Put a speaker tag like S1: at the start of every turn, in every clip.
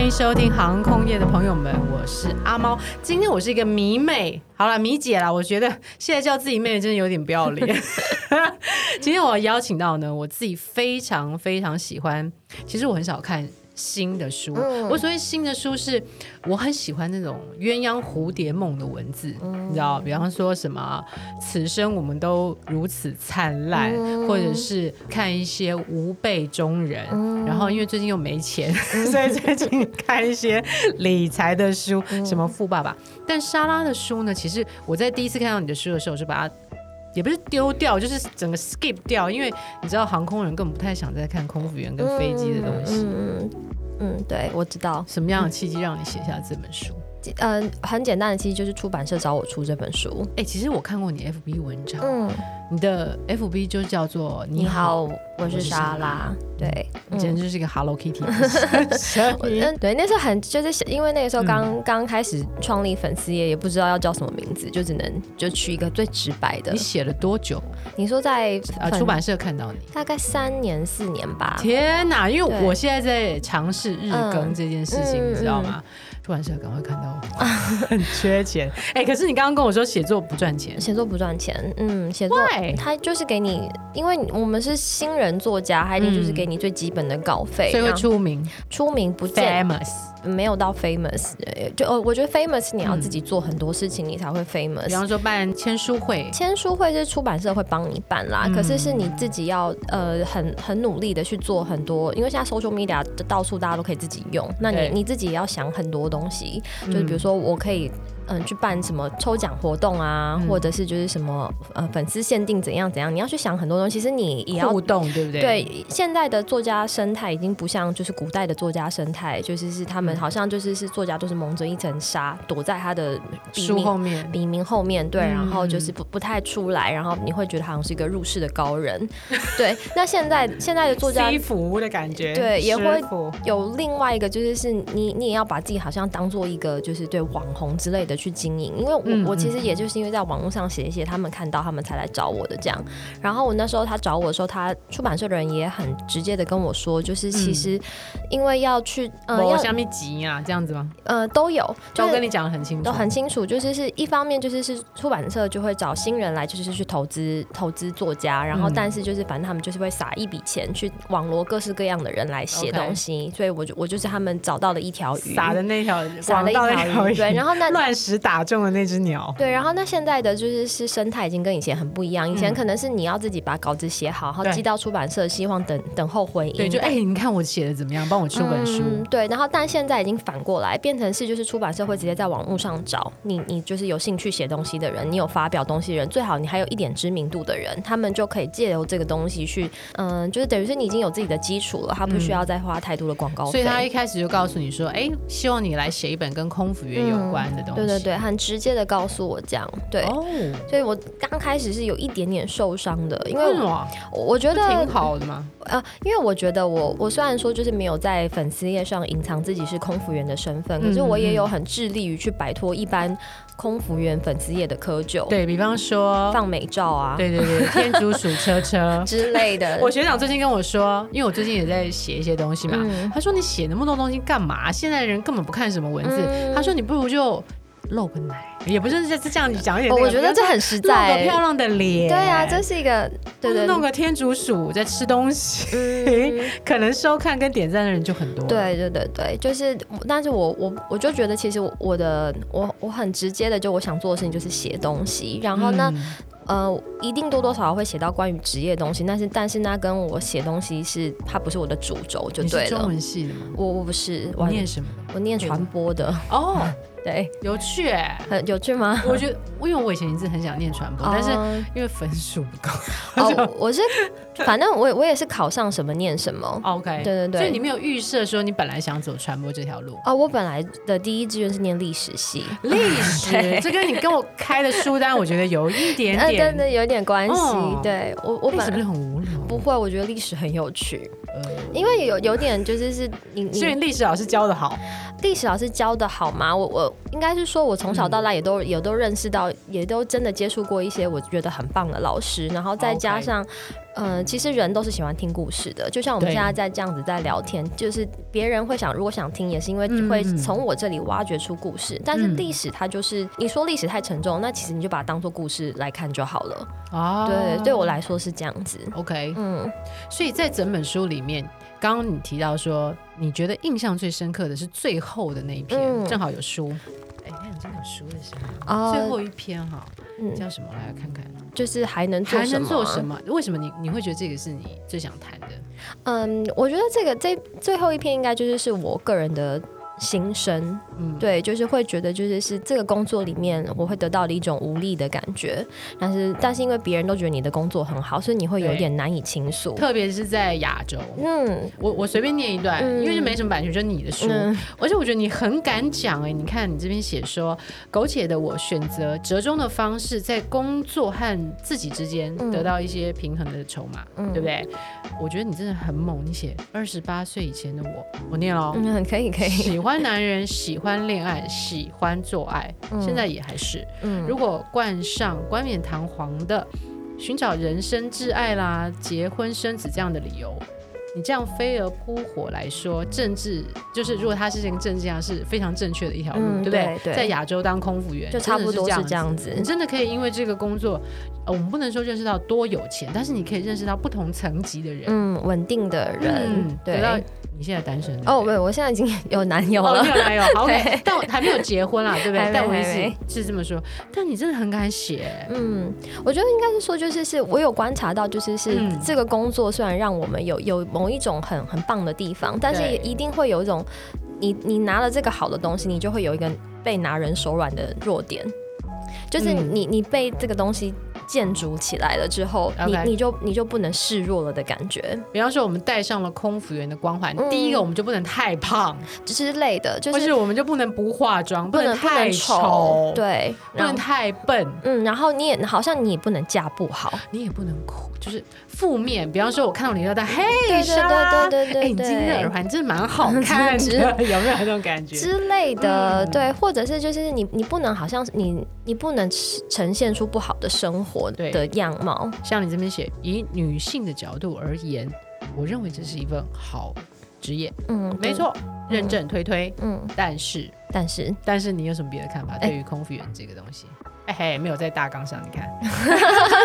S1: 迎收听航空业的朋友们，我是阿猫。今天我是一个迷妹，好了，迷姐啦。我觉得现在叫自己妹妹真的有点不要脸。 今天我邀请到呢，我自己非常非常喜欢。其实我很少看新的书，我所谓新的书是，我很喜欢那种鸳鸯蝴蝶梦的文字，你知道，比方说什么“此生我们都如此灿烂”，
S2: 嗯
S1: 或者是看一些无辈中人。
S2: 嗯
S1: 然后因为最近又没钱， 所以最近看一些理财的书，
S2: 嗯
S1: 什么《富爸爸》。但莎拉的书呢，其实我在第一次看到你的书的时候，我就把它也不是丢掉，就是整个 skip 掉，因为你知道航空人根本不太想再看空服员跟飞机的东西。
S2: 嗯嗯嗯，对，我知道。
S1: 什么样的契机让你写下这本书？
S2: 嗯、很简单的，其实就是出版社找我出这本书。
S1: 哎、其实我看过你 FB 文章，
S2: 嗯，
S1: 你的 FB 就叫做“
S2: 你
S1: 你好
S2: 好，我是莎拉。对，”，
S1: 你简直就是一个 Hello Kitty 的 声音。
S2: 嗯，对，那时候很就是因为那
S1: 嗯
S2: 个时候刚刚、开始创立粉丝页，也不知道要叫什么名字，就只能就取一个最直白的
S1: 你。写了多久？
S2: 你说在
S1: 呃，
S2: 粉
S1: 出版社看到你。
S2: 大概三年四年吧。
S1: 天哪！因为
S2: 对
S1: 我现在在尝试日更这件事情，
S2: 嗯
S1: 你知道吗？出版社赶快看到 我，很缺钱。哎、可是你刚刚跟我说写作不赚钱，
S2: 写作不赚钱，嗯，写作
S1: Why？
S2: 它就是给你，因为我们是新人作家，它一定就是给你最基本的稿费，
S1: 嗯所以会
S2: 然后
S1: 出名
S2: 出名不见
S1: ，famous。
S2: 没有到 famous，呃就呃，我觉得 famous 你要自己做很多事情，你才会
S1: 嗯比
S2: famous。
S1: 方说办签书会，
S2: 签书会是出版社会帮你办
S1: 嗯
S2: 啦，可是是你自己要呃很很努力的去做很多，因为现在 social media 到处大家都可以自己用，那
S1: 对嗯
S2: 你你自己也要想很多东西，就是比如说我可以。嗯，去办什么抽奖活动啊，
S1: 嗯
S2: 或者是就是什么呃粉丝限定怎样怎样，你要去想很多东西，是你也要
S1: 互动，对不对？，
S2: 对，现在的作家生态已经不像就是古代的作家生态，就是是他们好像就是是作家都是蒙着一层纱，躲在他的笔
S1: 书
S2: 名
S1: 后面。
S2: 笔名后面，对，然后就是不不太出来，然后你会觉得好像是一个入世的高人， 对。那现在现在的作家
S1: 西服的感觉，
S2: 对也会
S1: 师傅
S2: 有另外一个就是是你你也要把自己好像当做一个就是对网红之类的去经营，因为我、
S1: 嗯
S2: 我其实也就是因为在网络上写一写，他们看到他们才来找我的这样。然后我那时候他找我的时候，他出版社的人也很直接的跟我说，就是
S1: 嗯
S2: 其实因为要去呃
S1: 我
S2: 要
S1: 下面急啊，这样子吗？
S2: 呃都有，就
S1: 就我
S2: 是
S1: 跟你讲的很清楚，
S2: 都很清楚，就是是一方面就是是出版社就会找新人来，就是去投资投资作家，然后
S1: 嗯
S2: 但是就是反正他们就是会撒一笔钱去网罗各式各样的人来写
S1: OK
S2: 东西，所以我就我就是他们找到了一条鱼，
S1: 撒的那条，
S2: 撒了一
S1: 广告
S2: 条鱼，对，然后那
S1: 乱石打中的那只鸟，
S2: 对，然后那现在的就是是生态已经跟以前很不一样，以前
S1: 嗯
S2: 可能是你要自己把稿子写好，然后
S1: 对
S2: 寄到出版社，希望等等候回应，
S1: 对，就哎、你看我写的怎么样？帮我出本书，
S2: 嗯，对，然后但现在已经反过来，变成是就是出版社会直接在网络上找你，你就是有兴趣写东西的人，你有发表东西的人，最好你还有一点知名度的人，他们就可以借由这个东西去，嗯，就是等于是你已经有自己的基础了，他不需要再花太多的广告
S1: 嗯所
S2: 费。
S1: 以他一开始就告诉你说，哎、希望你来写一本跟空服员有关的东西。
S2: 对对对，很直接的告诉我这样，对，
S1: 哦，
S2: 所以我刚开始是有一点点受伤的，因
S1: 为
S2: 为
S1: 什
S2: 我
S1: 么？
S2: 我我觉
S1: 不
S2: 得
S1: 挺好的嘛。
S2: 呃，因为我觉得我我虽然说就是没有在粉丝页上隐藏自己是空服员的身份，可是我
S1: 嗯
S2: 也有很致力于去摆脱一般空服员粉丝页的窠臼，，
S1: 对比方说，
S2: 放美照啊。
S1: 对对对，天竺鼠车车
S2: 之类的。
S1: 我学长最近跟我说，因为我最近也在写一些东西嘛，
S2: 嗯
S1: 他说你写那么多东西干嘛？现在人根本不看什么文字。
S2: 嗯
S1: 他说你不如就露个奶，也不是这这样讲一点那
S2: 哦
S1: 个、
S2: 我觉得这很实在
S1: 露个漂亮的脸。
S2: 对啊，这是一个对
S1: 或是
S2: 对
S1: 弄个天竺鼠在吃东西，
S2: 嗯
S1: 可能收看跟点赞的人就很多。，
S2: 对对对对，就是，但是我我我就觉得，其实我我的我我很直接的，就我想做的事情就是写东西，然
S1: 嗯
S2: 后呢，呃，一定多多少少会写到关于职业的东西，但是但是那跟我写东西是它不是我的主轴就
S1: 你
S2: 对
S1: 是
S2: 了
S1: 中。文系的吗？
S2: 我我不是，我
S1: 我念什么的？
S2: 我念传播的，
S1: 哦，
S2: 对，
S1: 有趣哎！
S2: 很有趣 吗？
S1: 我觉得，因为我以前一直很想念传播，但是
S2: 哦
S1: 因为分数不 够。
S2: 哦，我是反正我我也是考上什么念什么。
S1: OK，
S2: 对对对
S1: 所以你没有预设说你本来想走传播这条 路。
S2: 哦，我本来的第一志愿是念历史系，
S1: 历史，这跟你跟我开的书单，我觉得有一点
S2: 呃，
S1: 点
S2: 真。的有点关系。
S1: 哦
S2: 对我我
S1: 历史不是
S2: 本来
S1: 很无聊？
S2: 不会，我觉得历史很有趣，
S1: 呃，
S2: 因为有有点就是是你
S1: 所以
S2: 你
S1: 历史老师教的好，
S2: 历史老师教的好吗？我我应该是说我从小到大也都、
S1: 嗯
S2: 也都认识到，也都真的接触过一些我觉得很棒的老师，然后再
S1: OK
S2: 加上呃，其实人都是喜欢听故事的，就像我们
S1: 对
S2: 现在在这样子在聊天，就是别人会想，如果想听，也是因为
S1: 嗯
S2: 会从我这里挖掘出故事。但是
S1: 嗯
S2: 历史它就是，你说历史太沉重，那其实你就把它当做故事来看就好了。
S1: 哦
S2: 对，对我来说是这样子。
S1: OK，
S2: 嗯，
S1: 所以在整本书里面，刚刚你提到说，你觉得印象最深刻的是最后的那一篇，
S2: 嗯
S1: 正好有书。哎，你看你真的有书的是吗？
S2: 啊
S1: 最后一篇哈，
S2: 嗯，
S1: 叫什么？来看看，
S2: 就是还能做
S1: 还
S2: 什
S1: 能
S2: 么？啊
S1: 做什么？为什么你你会觉得这个是你最想谈的？
S2: 嗯，我觉得这个这最后一篇应该就是是我个人的心声，
S1: 嗯，
S2: 对，就是会觉得就是是这个工作里面我会得到的一种无力的感觉，但是但是因为别人都觉得你的工作很好，所以你会有点难以倾诉。
S1: 特别是在亚洲，
S2: 嗯
S1: 我我随便念一段，
S2: 嗯
S1: 因为就没什么版权，就是你的书。
S2: 嗯
S1: 而且我觉得你很敢讲哎、你看你这边写说，苟且的我选择折中的方式，在工作和自己之间
S2: 嗯
S1: 得到一些平衡的筹码，
S2: 嗯
S1: 对不对？我觉得你真的很猛，你写二十八岁以前的我，我念了、哦。
S2: 嗯，可以可以。
S1: 喜欢男人，喜欢恋爱，喜欢做爱，
S2: 嗯
S1: 现在也还是。
S2: 嗯
S1: 如果冠上冠冕堂皇的寻找人生挚爱啦、结婚生子这样的理由，你这样飞蛾扑火来说，政治就是如果他是这个政治上是非常正确的一条路，
S2: 嗯
S1: 对不对？
S2: 对对
S1: 在亚洲当空服员
S2: 就差不
S1: 真
S2: 多
S1: 的
S2: 是
S1: 是
S2: 这
S1: 这样子。
S2: 样子
S1: 你，真的可以因为这个工作，呃，我们不能说认识到多有钱，但是你可以认识到不同层级的人，嗯
S2: 嗯，稳定的人，
S1: 得到
S2: 对。
S1: 你现在单身
S2: 哦，
S1: 对
S2: 对，我现在已经 有男友
S1: 不对
S2: 了
S1: 哦，，有来有 好 OK，
S2: 对
S1: 但我还没有结婚啦，对不对
S2: 还？没
S1: 但我意
S2: 还没
S1: 思是这么说，但你真的很敢写，
S2: 嗯，我觉得应该是说，就是是我有观察到，就是是
S1: 嗯
S2: 这个工作虽然让我们有有某一种很很棒的地方，但是
S1: 对
S2: 也一定会有一种，你你拿了这个好的东西，你就会有一个被拿人手软的弱点，就是
S1: 嗯
S2: 你、你被这个东西建筑起来了之后，你
S1: OK
S2: 你就你就不能示弱了的感觉
S1: 比方说，我们戴上了空服员的光环，
S2: 嗯
S1: 第一个我们就不能太胖，
S2: 之类的，就
S1: 或
S2: 是
S1: 是我们就不能不化妆，
S2: 不能
S1: 能
S2: 不能
S1: 太
S2: 丑，，对，
S1: 不能太笨，
S2: 嗯，然后你也好像你也不能嫁不好，
S1: 你也不能哭，就是负面。比方说，我看到你要戴，嘿，
S2: 对
S1: 莎拉
S2: 对对对对对
S1: 哎，你今天的耳环真的蛮好 看
S2: 真
S1: 的，有没有那种感觉？
S2: 之类的，
S1: 嗯
S2: 对，或者是就是你你不能好像是你你不能呈现出不好的生活
S1: 对
S2: 的样貌，
S1: 像你这边写，以女性的角度而言，我认为这是一份好职业，
S2: 嗯，对
S1: 没，错，认证推推。
S2: 嗯，
S1: 但是，
S2: 但是
S1: 但是你有什么别的看法？
S2: 哎
S1: 对于空服员这个东西，哎嘿，没有在大纲上，你看。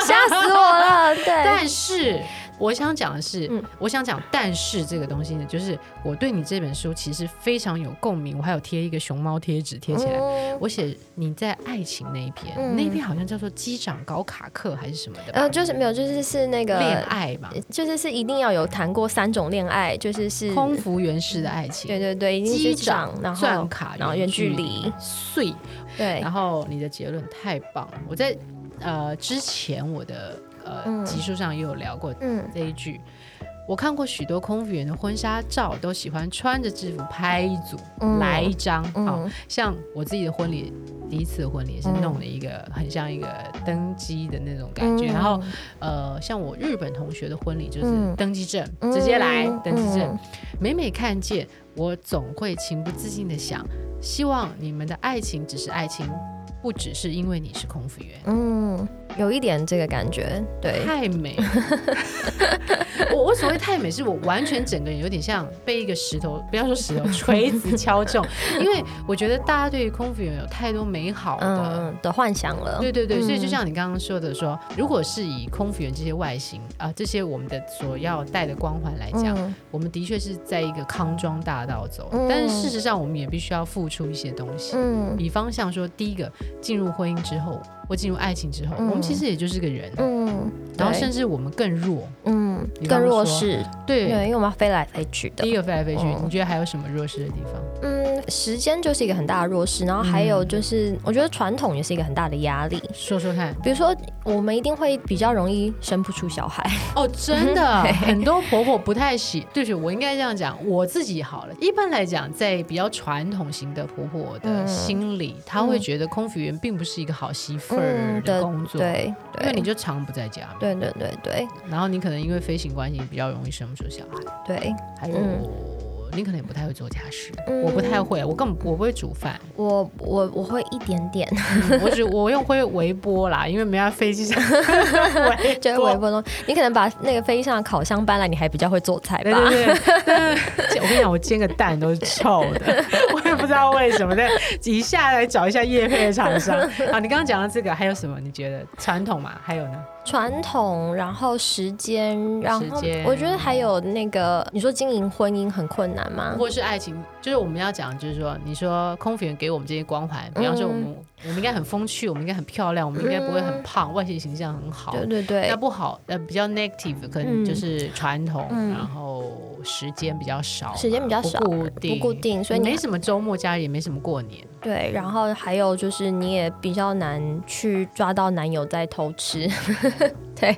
S2: 吓死我了，对，
S1: 但 是我想讲的是，
S2: 嗯
S1: 我想讲但是这个东西呢，就是我对你这本书其实非常有共鸣，我还有贴一个熊猫贴纸贴起来。
S2: 嗯
S1: 我写你在爱情那一篇，
S2: 嗯
S1: 那一篇好像叫做机长搞卡克还是什么的吧，
S2: 呃，就是没有，就是是那
S1: 恋
S2: 个，
S1: 爱嘛，
S2: 就是是一定要有谈过三种恋爱，就是是，
S1: 空服员式的爱情，
S2: 对对对，一定
S1: 机
S2: 是长，
S1: 长
S2: 然
S1: 钻
S2: 后
S1: 卡，
S2: 然后远距，离，
S1: 碎。
S2: 对
S1: 然，后你的结论太棒了，我在呃之前我的呃
S2: 嗯
S1: 集数上也有聊过
S2: 嗯
S1: 这一句。我看过许多空服员的婚纱照，都喜欢穿着制服拍一组，
S2: 嗯
S1: 来一张。
S2: 嗯
S1: 好、像我自己的婚礼，第一次的婚礼也是弄了一个、很像一个登机的那种感觉。
S2: 嗯
S1: 然后呃，像我日本同学的婚礼就是
S2: 嗯
S1: 登机证，直接来
S2: 嗯
S1: 登机证。
S2: 嗯
S1: 每每看见，我总会情不自禁的想，希望你们的爱情只是爱情，不只是因为你是空服员。
S2: 嗯，有一点这个感觉，对，
S1: 太 美了。我我所谓太美，是我完全整个人有点像被一个石头，不要说石头，锤子敲 中。因为我觉得大家对于空服员有太多美好的。
S2: 嗯的幻想了，
S1: 对对对，所以就
S2: 嗯
S1: 像你刚刚说的说，如果是以空服员这些外形啊、这些我们的所要带的光环来讲，
S2: 嗯
S1: 我们的确是在一个康庄大道走，
S2: 嗯
S1: 但是事实上我们也必须要付出一些东西。
S2: 嗯
S1: 比方像说，第一个进入婚姻之后，或进入爱情之后，
S2: 嗯
S1: 我们其实也就是个人啊、
S2: 嗯，
S1: 然后
S2: 对
S1: 甚至我们更弱。
S2: 嗯
S1: 比，方
S2: 更弱
S1: 说
S2: 势，对，
S1: 对，
S2: 因为我们要飞来飞去的
S1: 第。一个飞来飞去，
S2: 嗯
S1: 你觉得还有什么弱势的地方？
S2: 嗯，时间就是一个很大的弱势，然后还有就是，
S1: 嗯
S2: 我觉得传统也是一个很大的压力。
S1: 说说看。
S2: 比如说，我们一定会比较容易生不出小孩。
S1: 哦，真的，
S2: 嘿
S1: 很 多婆婆不太喜。对不起，我应该这样讲，我自己好了。一般来讲，在比较传统型的婆婆的
S2: 嗯
S1: 心里，她会觉得空服员并不是一个好媳妇儿
S2: 嗯
S1: 的
S2: 的
S1: 工作。
S2: 对
S1: 因为你就
S2: 对
S1: 常不在家嘛，
S2: 对对对对
S1: 然后你可能因为飞行关系比较容易生不出小孩，
S2: 对，
S1: 还有
S2: 嗯
S1: 你可能也不太会做家事，
S2: 嗯
S1: 我不太会，我根本我不会煮饭，
S2: 我我我会一点点，
S1: 我只我又会微波啦，因为没在飞机上微
S2: 就是
S1: 波
S2: 微波炉。你可能把那个飞机上的烤箱搬来，你还比较会做菜
S1: 对
S2: 吧？
S1: 对对，但是我跟你讲，我煎个蛋都是臭的，我也不知道为什么。但一下来找一下叶配的厂商啊，你刚刚讲到这个，还有什么？你觉得传统嘛？还有呢？
S2: 传统，然后时间，然后
S1: 时间
S2: 我觉得还有那个，你说经营婚姻很困难吗？
S1: 或是爱情，就是我们要讲，就是说，你说空服员给我们这些光环，比方说我们，我们应该很风趣，我们应该很漂亮，我们应该不会很胖，外形形象很好。
S2: 对对
S1: 那
S2: 对，
S1: 不好，呃，比较 negative，可能
S2: 嗯
S1: 就是传统，
S2: 嗯
S1: 然后时间比较少，
S2: 时间比较少
S1: 不固定，
S2: 不固定，所以
S1: 没
S2: 你
S1: 什么周末假日，也没什么过年。
S2: 对，然后还有就是你也比较难去抓到男友在偷吃， 对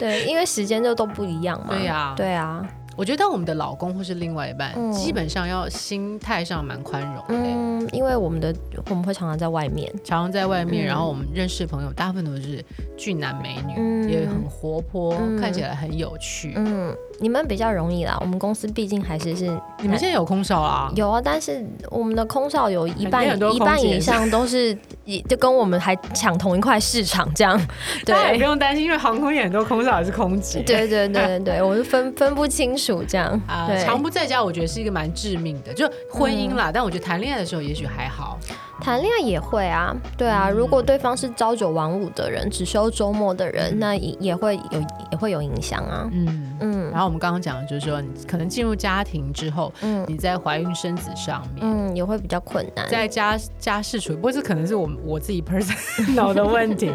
S2: 对，因为时间就都不一样嘛。
S1: 对呀、
S2: 嗯对啊，
S1: 我觉得当我们的老公或是另外一半，
S2: 嗯
S1: 基本上要心态上蛮宽容的、
S2: 嗯，因为我们的我们会常常在外面，
S1: 常常在外面，
S2: 嗯
S1: 然后我们认识的朋友，大部分都是俊男美女，
S2: 嗯
S1: 也很活泼，
S2: 嗯
S1: 看起来很有趣。
S2: 嗯，你们比较容易啦，我们公司毕竟还是是
S1: 你们现在有空少啦？
S2: 有啊，但是我们的空少有一半
S1: 肯定很多
S2: 一
S1: 空
S2: 半
S1: 姐
S2: 以上都是 一就跟我们还抢同一块市场 这样，
S1: 大 家也不
S2: 对。
S1: 用担心，因为航空业很多空少也是空姐。
S2: 对对对对对，我是分分不清楚这样，
S1: 啊、
S2: 对，嗯
S1: 常不在家，我觉得是一个蛮致命的，就婚姻啦。但我觉得谈恋爱的时候也许还好，
S2: 谈恋爱也会啊，对
S1: 嗯
S2: 啊，如果对方是朝九晚五的人，只休周末的人，那也也会有也会有影响啊，
S1: 嗯。
S2: 嗯
S1: 然后我们刚刚讲的就是说，你可能进入家庭之后，
S2: 嗯
S1: 你在怀孕生子上面，
S2: 嗯，也会比较困难，
S1: 在家家事处理，不过这可能是我们我自己 personal 的问题。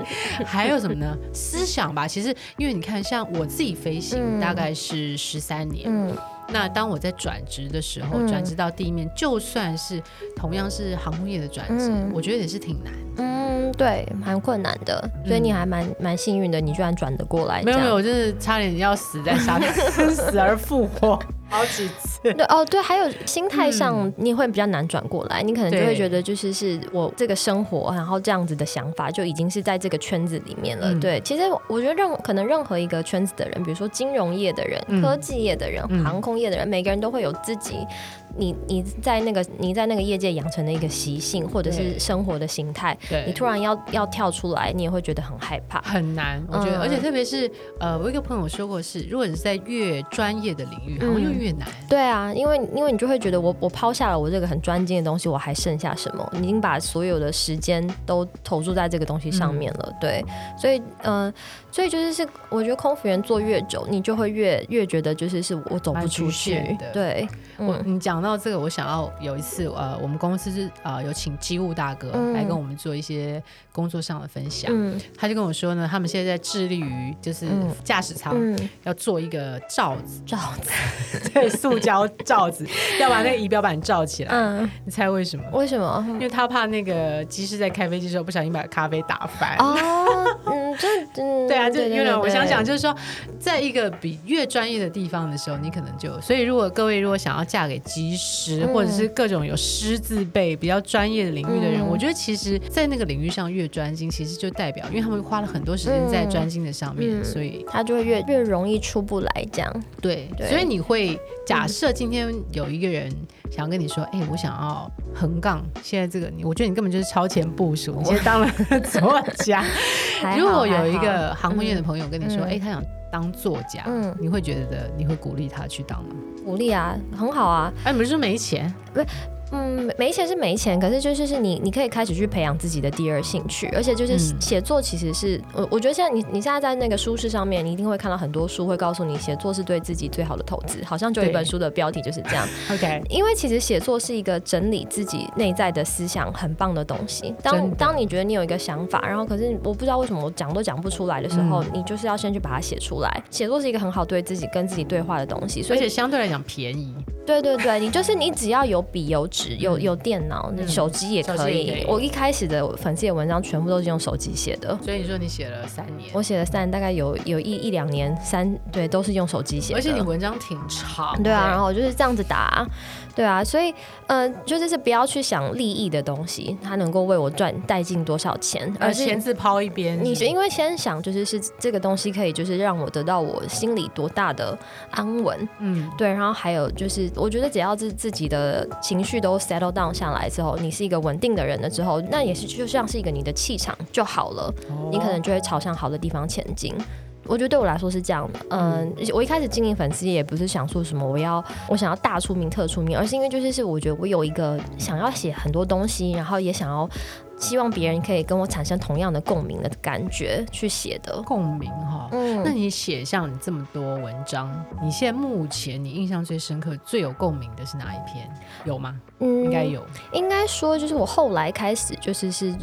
S1: 还有什么呢？思想吧。其实因为你看，像我自己飞行
S2: 嗯
S1: 大概是十三年，
S2: 嗯
S1: 那当我在转职的时候，
S2: 嗯
S1: 转职到地面，就算是同样是航空业的转职，
S2: 嗯
S1: 我觉得也是挺难。
S2: 嗯，对，蛮困难的，所以你还蛮蛮幸运的，你居然转得过来，
S1: 嗯没有没有，，我真的差点要死在沙滩， 死而复活 好几次。
S2: 对哦，对，还有心态上
S1: 嗯
S2: 你会比较难转过来，你可能就
S1: 对
S2: 会觉得就是是我这个生活，然后这样子的想法就已经是在这个圈子里面了。
S1: 嗯
S2: 对，其实我觉得任可能任何一个圈子的人，比如说金融业的人、
S1: 嗯
S2: 科技业的人、
S1: 嗯
S2: 航空业的人，每个人都会有自己。你你在那个你在那个业界养成的一个习性，或者
S1: 对
S2: 是生活的形态，
S1: 对，
S2: 你突然要要跳出来，你也会觉得很害怕。
S1: 很难，我觉得，
S2: 嗯
S1: 而且特别是呃，我有一个朋友说过是，如果你是在越专业的领域，好像
S2: 嗯
S1: 又越难。
S2: 对啊，因为因为你就会觉得我我抛下了我这个很专精的东西，我还剩下什么？你已经把所有的时间都投注在这个东西上面了，对，所以嗯、呃所以就是是我觉得空服员做越久，你就会越越觉得就是是我走不出
S1: 蛮局
S2: 去
S1: 限的，
S2: 对，
S1: 我
S2: 嗯
S1: 你讲到这个，我想到有一次，呃，我们公司是呃有请机务大哥
S2: 嗯
S1: 来跟我们做一些工作上的分享，
S2: 嗯
S1: 他就跟我说呢，他们现在在致力于就是
S2: 嗯
S1: 驾驶舱
S2: 嗯，
S1: 要做一个罩子，
S2: 这样子，
S1: 对，塑胶罩子，要把那个仪表板罩起来。
S2: 嗯，
S1: 你猜为什么？
S2: 为什么？
S1: 因为他怕那个机师在开飞机的时候不小心把咖啡打翻。
S2: 哦，嗯，这嗯，
S1: 对啊，就因为我想想，就
S2: 就
S1: 是说，在一个比越专业的地方的时候，你可能就所以，如果各位如果想要嫁给技师，
S2: 嗯
S1: 或者是各种有师字辈比较专业的领域的人，
S2: 嗯
S1: 我觉得其实，在那个领域上越专精，其实就代表，因为他们花了很多时间在专精的上面，
S2: 嗯嗯
S1: 所以
S2: 他就会越越容易出不来，这样，
S1: 对，
S2: 对
S1: 所以你会假设今天有一个人想要跟你说，哎、我想要横杠，现在这个你，我觉得你根本就是超前部署，你现在当了 作家。
S2: 还好
S1: 如果有一，
S2: 还好
S1: 个航空业的朋友跟你说，
S2: 嗯
S1: 哎、他想当作家，
S2: 嗯
S1: 你会觉得你会鼓励他去当吗？
S2: 鼓励啊，很好啊，
S1: 哎、你不是说没钱？
S2: 嗯，没钱是没钱，可是就是是你，你可以开始去培养自己的第二兴趣，而且就是
S1: 嗯
S2: 写作其实是，我、我觉得现在你你现在在那个书市上面，你一定会看到很多书会告诉你写作是对自己最好的投资，好像就有一
S1: 对
S2: 本书的标题就是这样，
S1: OK，
S2: 因为其实写作是一个整理自己内在的思想很棒的东西。
S1: 真
S2: 当
S1: 的
S2: 当你觉得你有一个想法，然后可是我不知道为什么我讲都讲不出来的时候，
S1: 嗯
S2: 你就是要先去把它写出来。写作是一个很好对自己跟自己对话的东西，所
S1: 而
S2: 以
S1: 且相对来讲便宜。
S2: 对对对，你就是你只要有笔有纸有有电脑，
S1: 嗯
S2: 你手机也
S1: 手
S2: 可
S1: 机也
S2: 以。
S1: 可以
S2: 我一开始的粉丝的文章全部都是用手机写的，
S1: 所以你说你写了三年，
S2: 我写了三大概有有一一两年三对都是用手机写的，
S1: 而且你文章挺长。
S2: 对啊，然后我就是这样子打，对啊，所以嗯、呃就就是不要去想利益的东西，它能够为我赚带进多少钱，
S1: 而
S2: 而是
S1: 前呃字抛一边，
S2: 你是因为先想就是是这个东西可以就是让我得到我心里多大的安稳，
S1: 嗯，
S2: 对，然后还有就是我觉得只要是自己的情绪都 settle down 下来之后，你是一个稳定的人了之后，那也是就像是一个你的气场就好了，你可能就会朝向好的地方前进。我觉得对我来说是这样的，嗯，我一开始经营粉丝也不是想说什么我要我想要大出名特出名，而是因为就是是我觉得我有一个想要写很多东西，然后也想要希望别人可以跟我产生同样的共鸣的感觉去写的。
S1: 共鸣哈、那
S2: 嗯，
S1: 你写像你这么多文章，你现在目前你印象最深刻、最有共鸣的是哪一篇？有吗？应
S2: 应
S1: 该有。
S2: 应该说，就是我后来开始就是是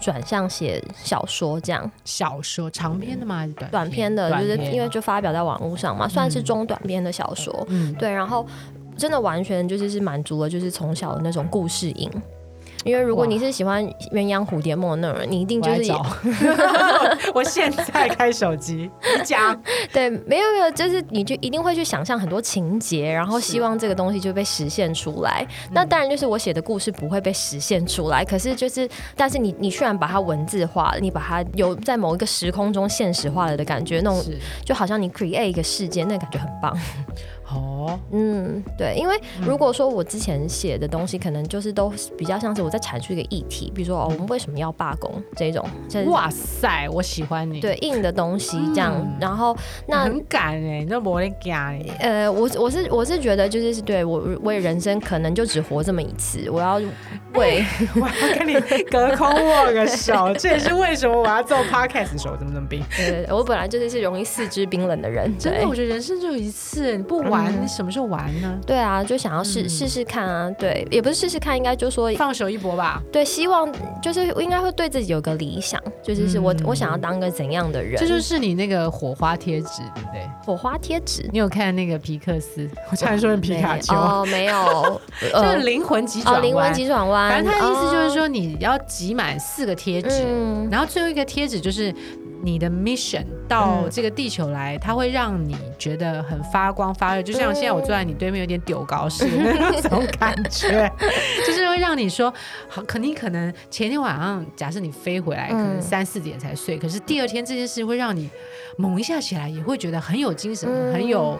S2: 转向写小说这样，
S1: 小说长篇的吗？还是短
S2: 短篇的，就是因为
S1: 短篇
S2: 就发表在网络上嘛，算是中短篇的小说。
S1: 嗯，
S2: 对，然后真的完全就是是满足了，就是从小的那种故事瘾。因为如果
S1: 哇
S2: 你是喜欢鸳鸯蝴蝶梦的那种人，你一定
S1: 我
S2: 就
S1: 来
S2: 是
S1: 找， 我现在开手机，你 讲。
S2: 对，没有没有，就是你就一定会去想象很多情节，然后
S1: 是
S2: 希望这个东西就被实现出来。
S1: 嗯
S2: 那当然就是我写的故事不会被实现出来，可是就是，但是你你虽然把它文字化了，你把它有在某一个时空中现实化了的感觉，那种
S1: 是
S2: 就好像你 create 一个世界，那个感觉很棒。
S1: 哦，
S2: 嗯，对，因为如果说我之前写的东西，可能就是都比较像是我在阐述一个议题，比如说哦，我们为什么要罢工这种，这
S1: 哇塞，我喜欢你，
S2: 对，硬的东西这样，
S1: 嗯
S2: 然后那
S1: 很敢哎，那我得敢哎，
S2: 呃，我是我是我是觉得就是是对我我也人生可能就只活这么一次，我要
S1: 哎
S2: 为
S1: 我要跟你隔空握个手，这也是为什么我要做 podcast 的时候这么 这么冰。
S2: 呃我本来就是是容易四肢冰冷的人，
S1: 真
S2: 对
S1: 的，我觉得人生只有一次，你不玩，
S2: 嗯
S1: 你什么时候玩呢？
S2: 对啊，就想要试
S1: 嗯
S2: 试试看啊，对，也不是试试看，应该就说
S1: 放手一搏吧，
S2: 对，希望就是应该会对自己有个理想，就是是我、
S1: 嗯
S2: 我想要当个怎样的人，
S1: 这就是你那个火花贴纸，对不对？
S2: 火花贴纸。
S1: 你有看那个皮克斯？ 我差点说成皮卡丘，
S2: 哦，没有，
S1: 就是灵魂急转
S2: 哦，
S1: 弯。
S2: 灵魂急转弯，
S1: 反正他的意思就是
S2: 哦，
S1: 说，你要集满四个贴纸，
S2: 嗯，
S1: 然后最后一个贴纸就是你的 mission 到
S2: 嗯
S1: 这个地球来，它会让你觉得很发光发热，就像现在我坐在你对面有点丢高 似的那种感觉，就是会让你说，好，可你可能前天晚上假设你飞回来，可能
S2: 嗯
S1: 三四点才睡，可是第二天这件事会让你猛一下起来，也会觉得很有精神，
S2: 嗯
S1: 很有。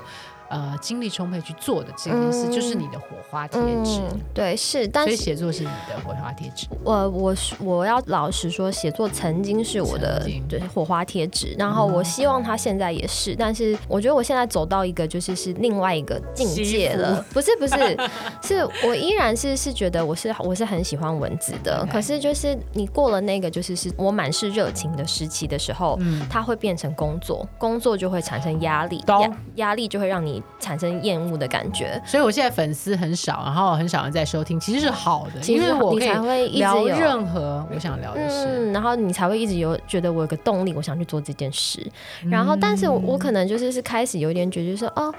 S1: 呃，精力充沛去做的这件事，
S2: 嗯
S1: 就是你的火花贴纸，
S2: 嗯，对，是，但
S1: 所以
S2: 是
S1: 写作是你的火花贴纸。
S2: 我呃我是我要老实说，写作曾经是我的
S1: 曾经
S2: 对火花贴纸，然后我希望它现在也是，但是我觉得我现在走到一个就是是另外一个境界了，不是不 是，是我依然是是觉得我是我是很喜欢文字的，
S1: OK
S2: 可是就是你过了那个就是是我满是热情的时期的时候，
S1: 嗯，
S2: 它会变成工作，工作就会产生压力，
S1: 懂
S2: 压压力就会让你产生厌恶的感觉。
S1: 所以我现在粉丝很少，然后很少人在收听，其实是好的，
S2: 其
S1: 因
S2: 实
S1: 为我
S2: 你
S1: 可
S2: 才
S1: 以
S2: 会一直
S1: 聊
S2: 有。
S1: 任何我想聊的事。
S2: 嗯，然后你才会一直有觉得我有个动力，我想去做这件事。然后，但是
S1: 嗯
S2: 我我可能就是是开始有点觉得说，哦，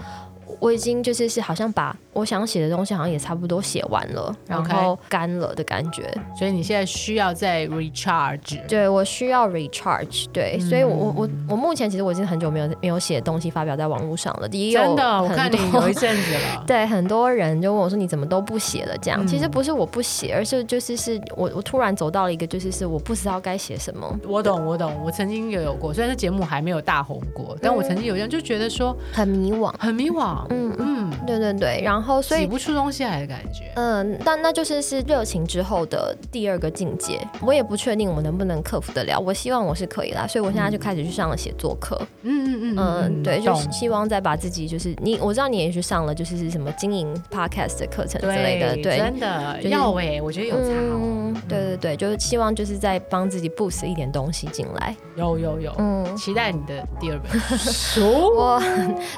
S2: 我已经就是是好像把我想写的东西好像也差不多写完了，然
S1: OK
S2: 后干了的感觉。
S1: 所以你现在需要再 recharge。
S2: 对我需要 recharge，对，所以我我我
S1: 嗯
S2: 我目前其实我已经很久没有没有写东西发表在网络上了，也有
S1: 真的，我
S2: 很
S1: 看你
S2: 多
S1: 有一阵子了。
S2: 对，很多人就问我说：“你怎么都不写了？”这样、
S1: 嗯
S2: 其实不是我不写，而是就是是我我突然走到了一个就是是我不知道该写什么，
S1: 我懂，我懂，我曾经也有过，虽然这节目还没有大红过，但
S2: 嗯
S1: 我曾经有一样就觉得说
S2: 很迷惘。
S1: 很迷惘，
S2: 嗯，嗯
S1: 嗯，
S2: 对对对，然后所
S1: 挤
S2: 以。
S1: 不出东西来的感觉。
S2: 嗯，但那就是是热情之后的第二个境界，我也不确定我能不能克服得了。我希望我是可以啦，所以我现在就开始去上了写作课。
S1: 嗯嗯嗯嗯
S2: 嗯，对，就
S1: 懂
S2: 是希望再把自己就是你，我知道你也去上了，就是是什么经营 podcast 的课程之类的，
S1: 对，
S2: 对，
S1: 真的
S2: 就是
S1: 要哎，我觉得有差哦，
S2: 嗯，对对对，就是希望就是在帮自己 boost 一点东西进来。
S1: 有有有，
S2: 嗯，
S1: 期待你的第二本书。
S2: 我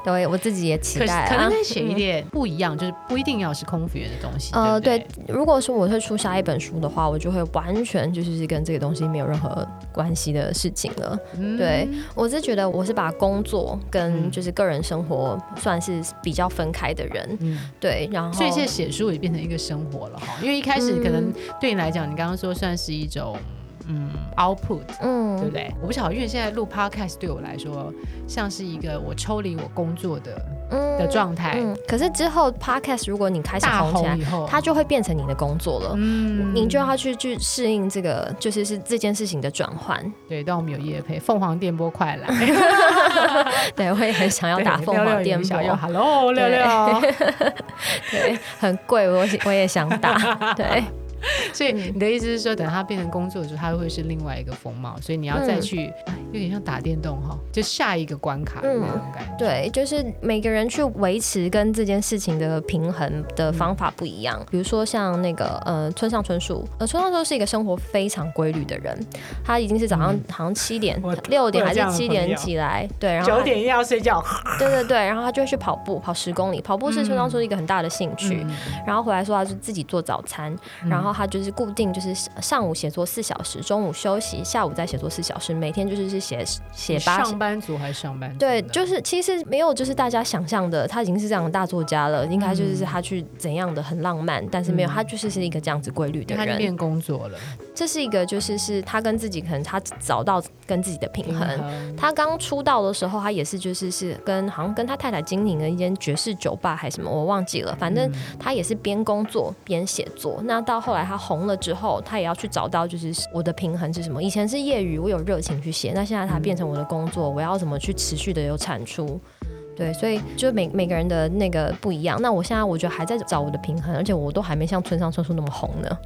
S2: 对我自己也期
S1: 可是
S2: 待
S1: 可能
S2: 啊
S1: 可。以写一点不一样，就是不一定要是空服员的东西。
S2: 呃，
S1: 呃，对
S2: 对
S1: 不，
S2: 如果说我会出下一本书的话，我就会完全就是跟这个东西没有任何关系的事情了。
S1: 对，
S2: 对我是觉得我是把工作跟
S1: 嗯
S2: 就是个人生活算是比较分开的人，
S1: 嗯，
S2: 对，然后
S1: 所以现在
S2: 嗯
S1: 写书也变成一个生活了哈。因为一开始可能对你来讲，你刚刚说算是一种嗯 output，
S2: 嗯，
S1: 对不对？我不晓得，因为现在录 podcast 对我来说像是一个我抽离我工作的
S2: 嗯
S1: 的状态。
S2: 嗯，可是之后 podcast 如果你开始
S1: 大
S2: 红起
S1: 红
S2: 来，
S1: 以后，
S2: 它就会变成你的工作了。
S1: 嗯
S2: 你就要去去适应这个，就是是这件事情的转换。
S1: 对，但我们有夜配，凤凰电波快 来，
S2: 对，我也很想要打
S1: 对
S2: 凤凰电
S1: 66
S2: 波
S1: 小， 右，Hello 六
S2: 对
S1: 六，
S2: 对，很贵，我我也想 打。对，
S1: 所以
S2: 嗯
S1: 你的意思是说，等它变成工作的时候，它会是另外一个风貌，所以你要再
S2: 嗯
S1: 去，哎有点像打电动哈，就下一个关卡的那种
S2: 嗯
S1: 感觉。
S2: 对，就是每个人去维持跟这件事情的平衡的
S1: 嗯
S2: 方法不一样。比如说像那个呃村上春树，呃村上春树是一个生活非常规律的人，他已经是早上、好像七点
S1: 嗯我、
S2: 六点
S1: 我有
S2: 还
S1: 这样
S2: 是
S1: 的
S2: 七
S1: 朋
S2: 点
S1: 友
S2: 起来，对，然后
S1: 九
S2: 他
S1: 点一定要睡觉，
S2: 对对对，然后他就会去跑步，跑十公里。跑步是村上春树一个很大的兴趣。
S1: 嗯
S2: 然后回来说他就自己做早餐，然后他就是固定就是上午写作四小时，中午休息，下午再写作四小时，每天就是是写写
S1: 你
S2: 八小
S1: 上班族还是上班族呢？
S2: 对，就是
S1: 嗯
S2: 其实没有就是大家想象的，他已经是这样的大作家
S1: 嗯
S2: 了，应该就是他去怎样的很浪漫，但是没有，他就是是一个这样子规律的
S1: 他就
S2: 人。
S1: 变工作了，
S2: 这是一个就是是他跟自己可能他找到跟自己的平
S1: 平
S2: 衡。
S1: 衡。
S2: 他刚出道的时候，他也是就是是跟好像跟他太太经营了一间爵士酒吧还是什么，我忘记了。反正
S1: 嗯
S2: 他也是边工作边写作。那到后来他红了之后，他也要去找到就是我的平衡是什么。以前是业余，我有热情去写，那现在他变成我的工作，我要怎么去持续的有产出？对，所以就每每个人的那个不一样。那我现在我觉得还在找我的平衡，而且我都还没像村上春树那么红呢。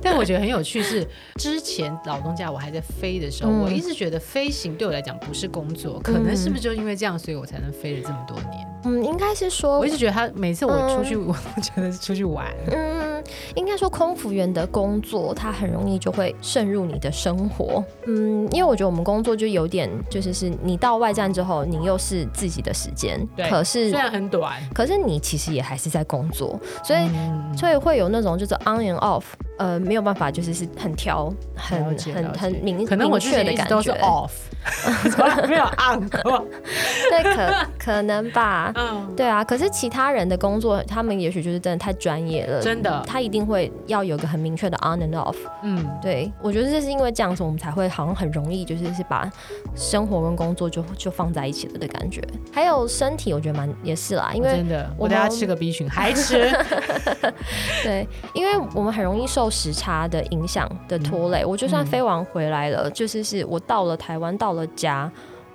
S1: 但我觉得很有趣是，之前老东家我还在飞的时候，
S2: 嗯
S1: 我一直觉得飞行对我来讲不是工作，可能是不是就因为这样，所以我才能飞了这么多年。
S2: 嗯，应该是说
S1: 我一直觉得他每次我出去，我都觉得是出去玩，
S2: 嗯，应该说空服员的工作，它很容易就会渗入你的生活。嗯，因为我觉得我们工作就有点，就是是你到外站之后，你又是自己的时间，
S1: 对
S2: 可
S1: 虽
S2: 是
S1: 然很短，
S2: 可是你其实也还是在工作，所以。
S1: 嗯
S2: 所以会有那种就是 on and off，呃，没有办法，就是是很挑、很
S1: 了解
S2: 很
S1: 了解
S2: 很明
S1: 可能我
S2: 明
S1: 之
S2: 确
S1: 前
S2: 的
S1: 一直
S2: 感
S1: 都是
S2: 觉，
S1: off，从 来没有 on 过。
S2: 对，可 可能吧，
S1: 嗯，
S2: 对啊。可是其他人的工作，他们也许就是真的太专业了，
S1: 真的，
S2: 他一定会要有一个很明确的 on and off。
S1: 嗯，
S2: 对，我觉得这是因为这样子，我们才会好像很容易，就是是把生活跟工作就就放在一起了的感觉。还有身体，我觉得蛮也是啦，因
S1: 我
S2: 为
S1: 真的，
S2: 我
S1: 我等下
S2: 们
S1: 吃个 B 群还 吃，
S2: 对，因为我们很容易受时差的影响的拖累。我就算飞完回来了，就是是我到了台湾，到了家。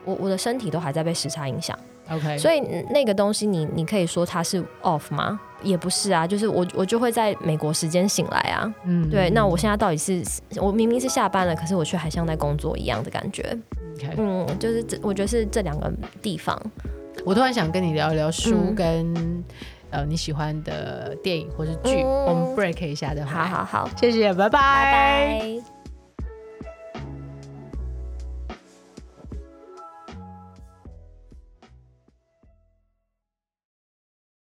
S2: 我我的身体都还在被时差影响，
S1: OK，
S2: 所以嗯那个东西你你可以说它是 off 吗？也不是啊，就是我我就会在美国时间醒来啊，
S1: 嗯
S2: 对，那我现在到底是我明明是下班了，可是我却还像在工作一样的感觉。
S1: OK
S2: 嗯，就是这，我觉得是这两个地方。
S1: 我突然想跟你聊一聊书
S2: 嗯
S1: 跟、呃你喜欢的电影或是剧，
S2: 嗯
S1: 我们 break 一下再回
S2: 好
S1: 来。
S2: 好好，
S1: 谢谢，拜拜
S2: 拜拜。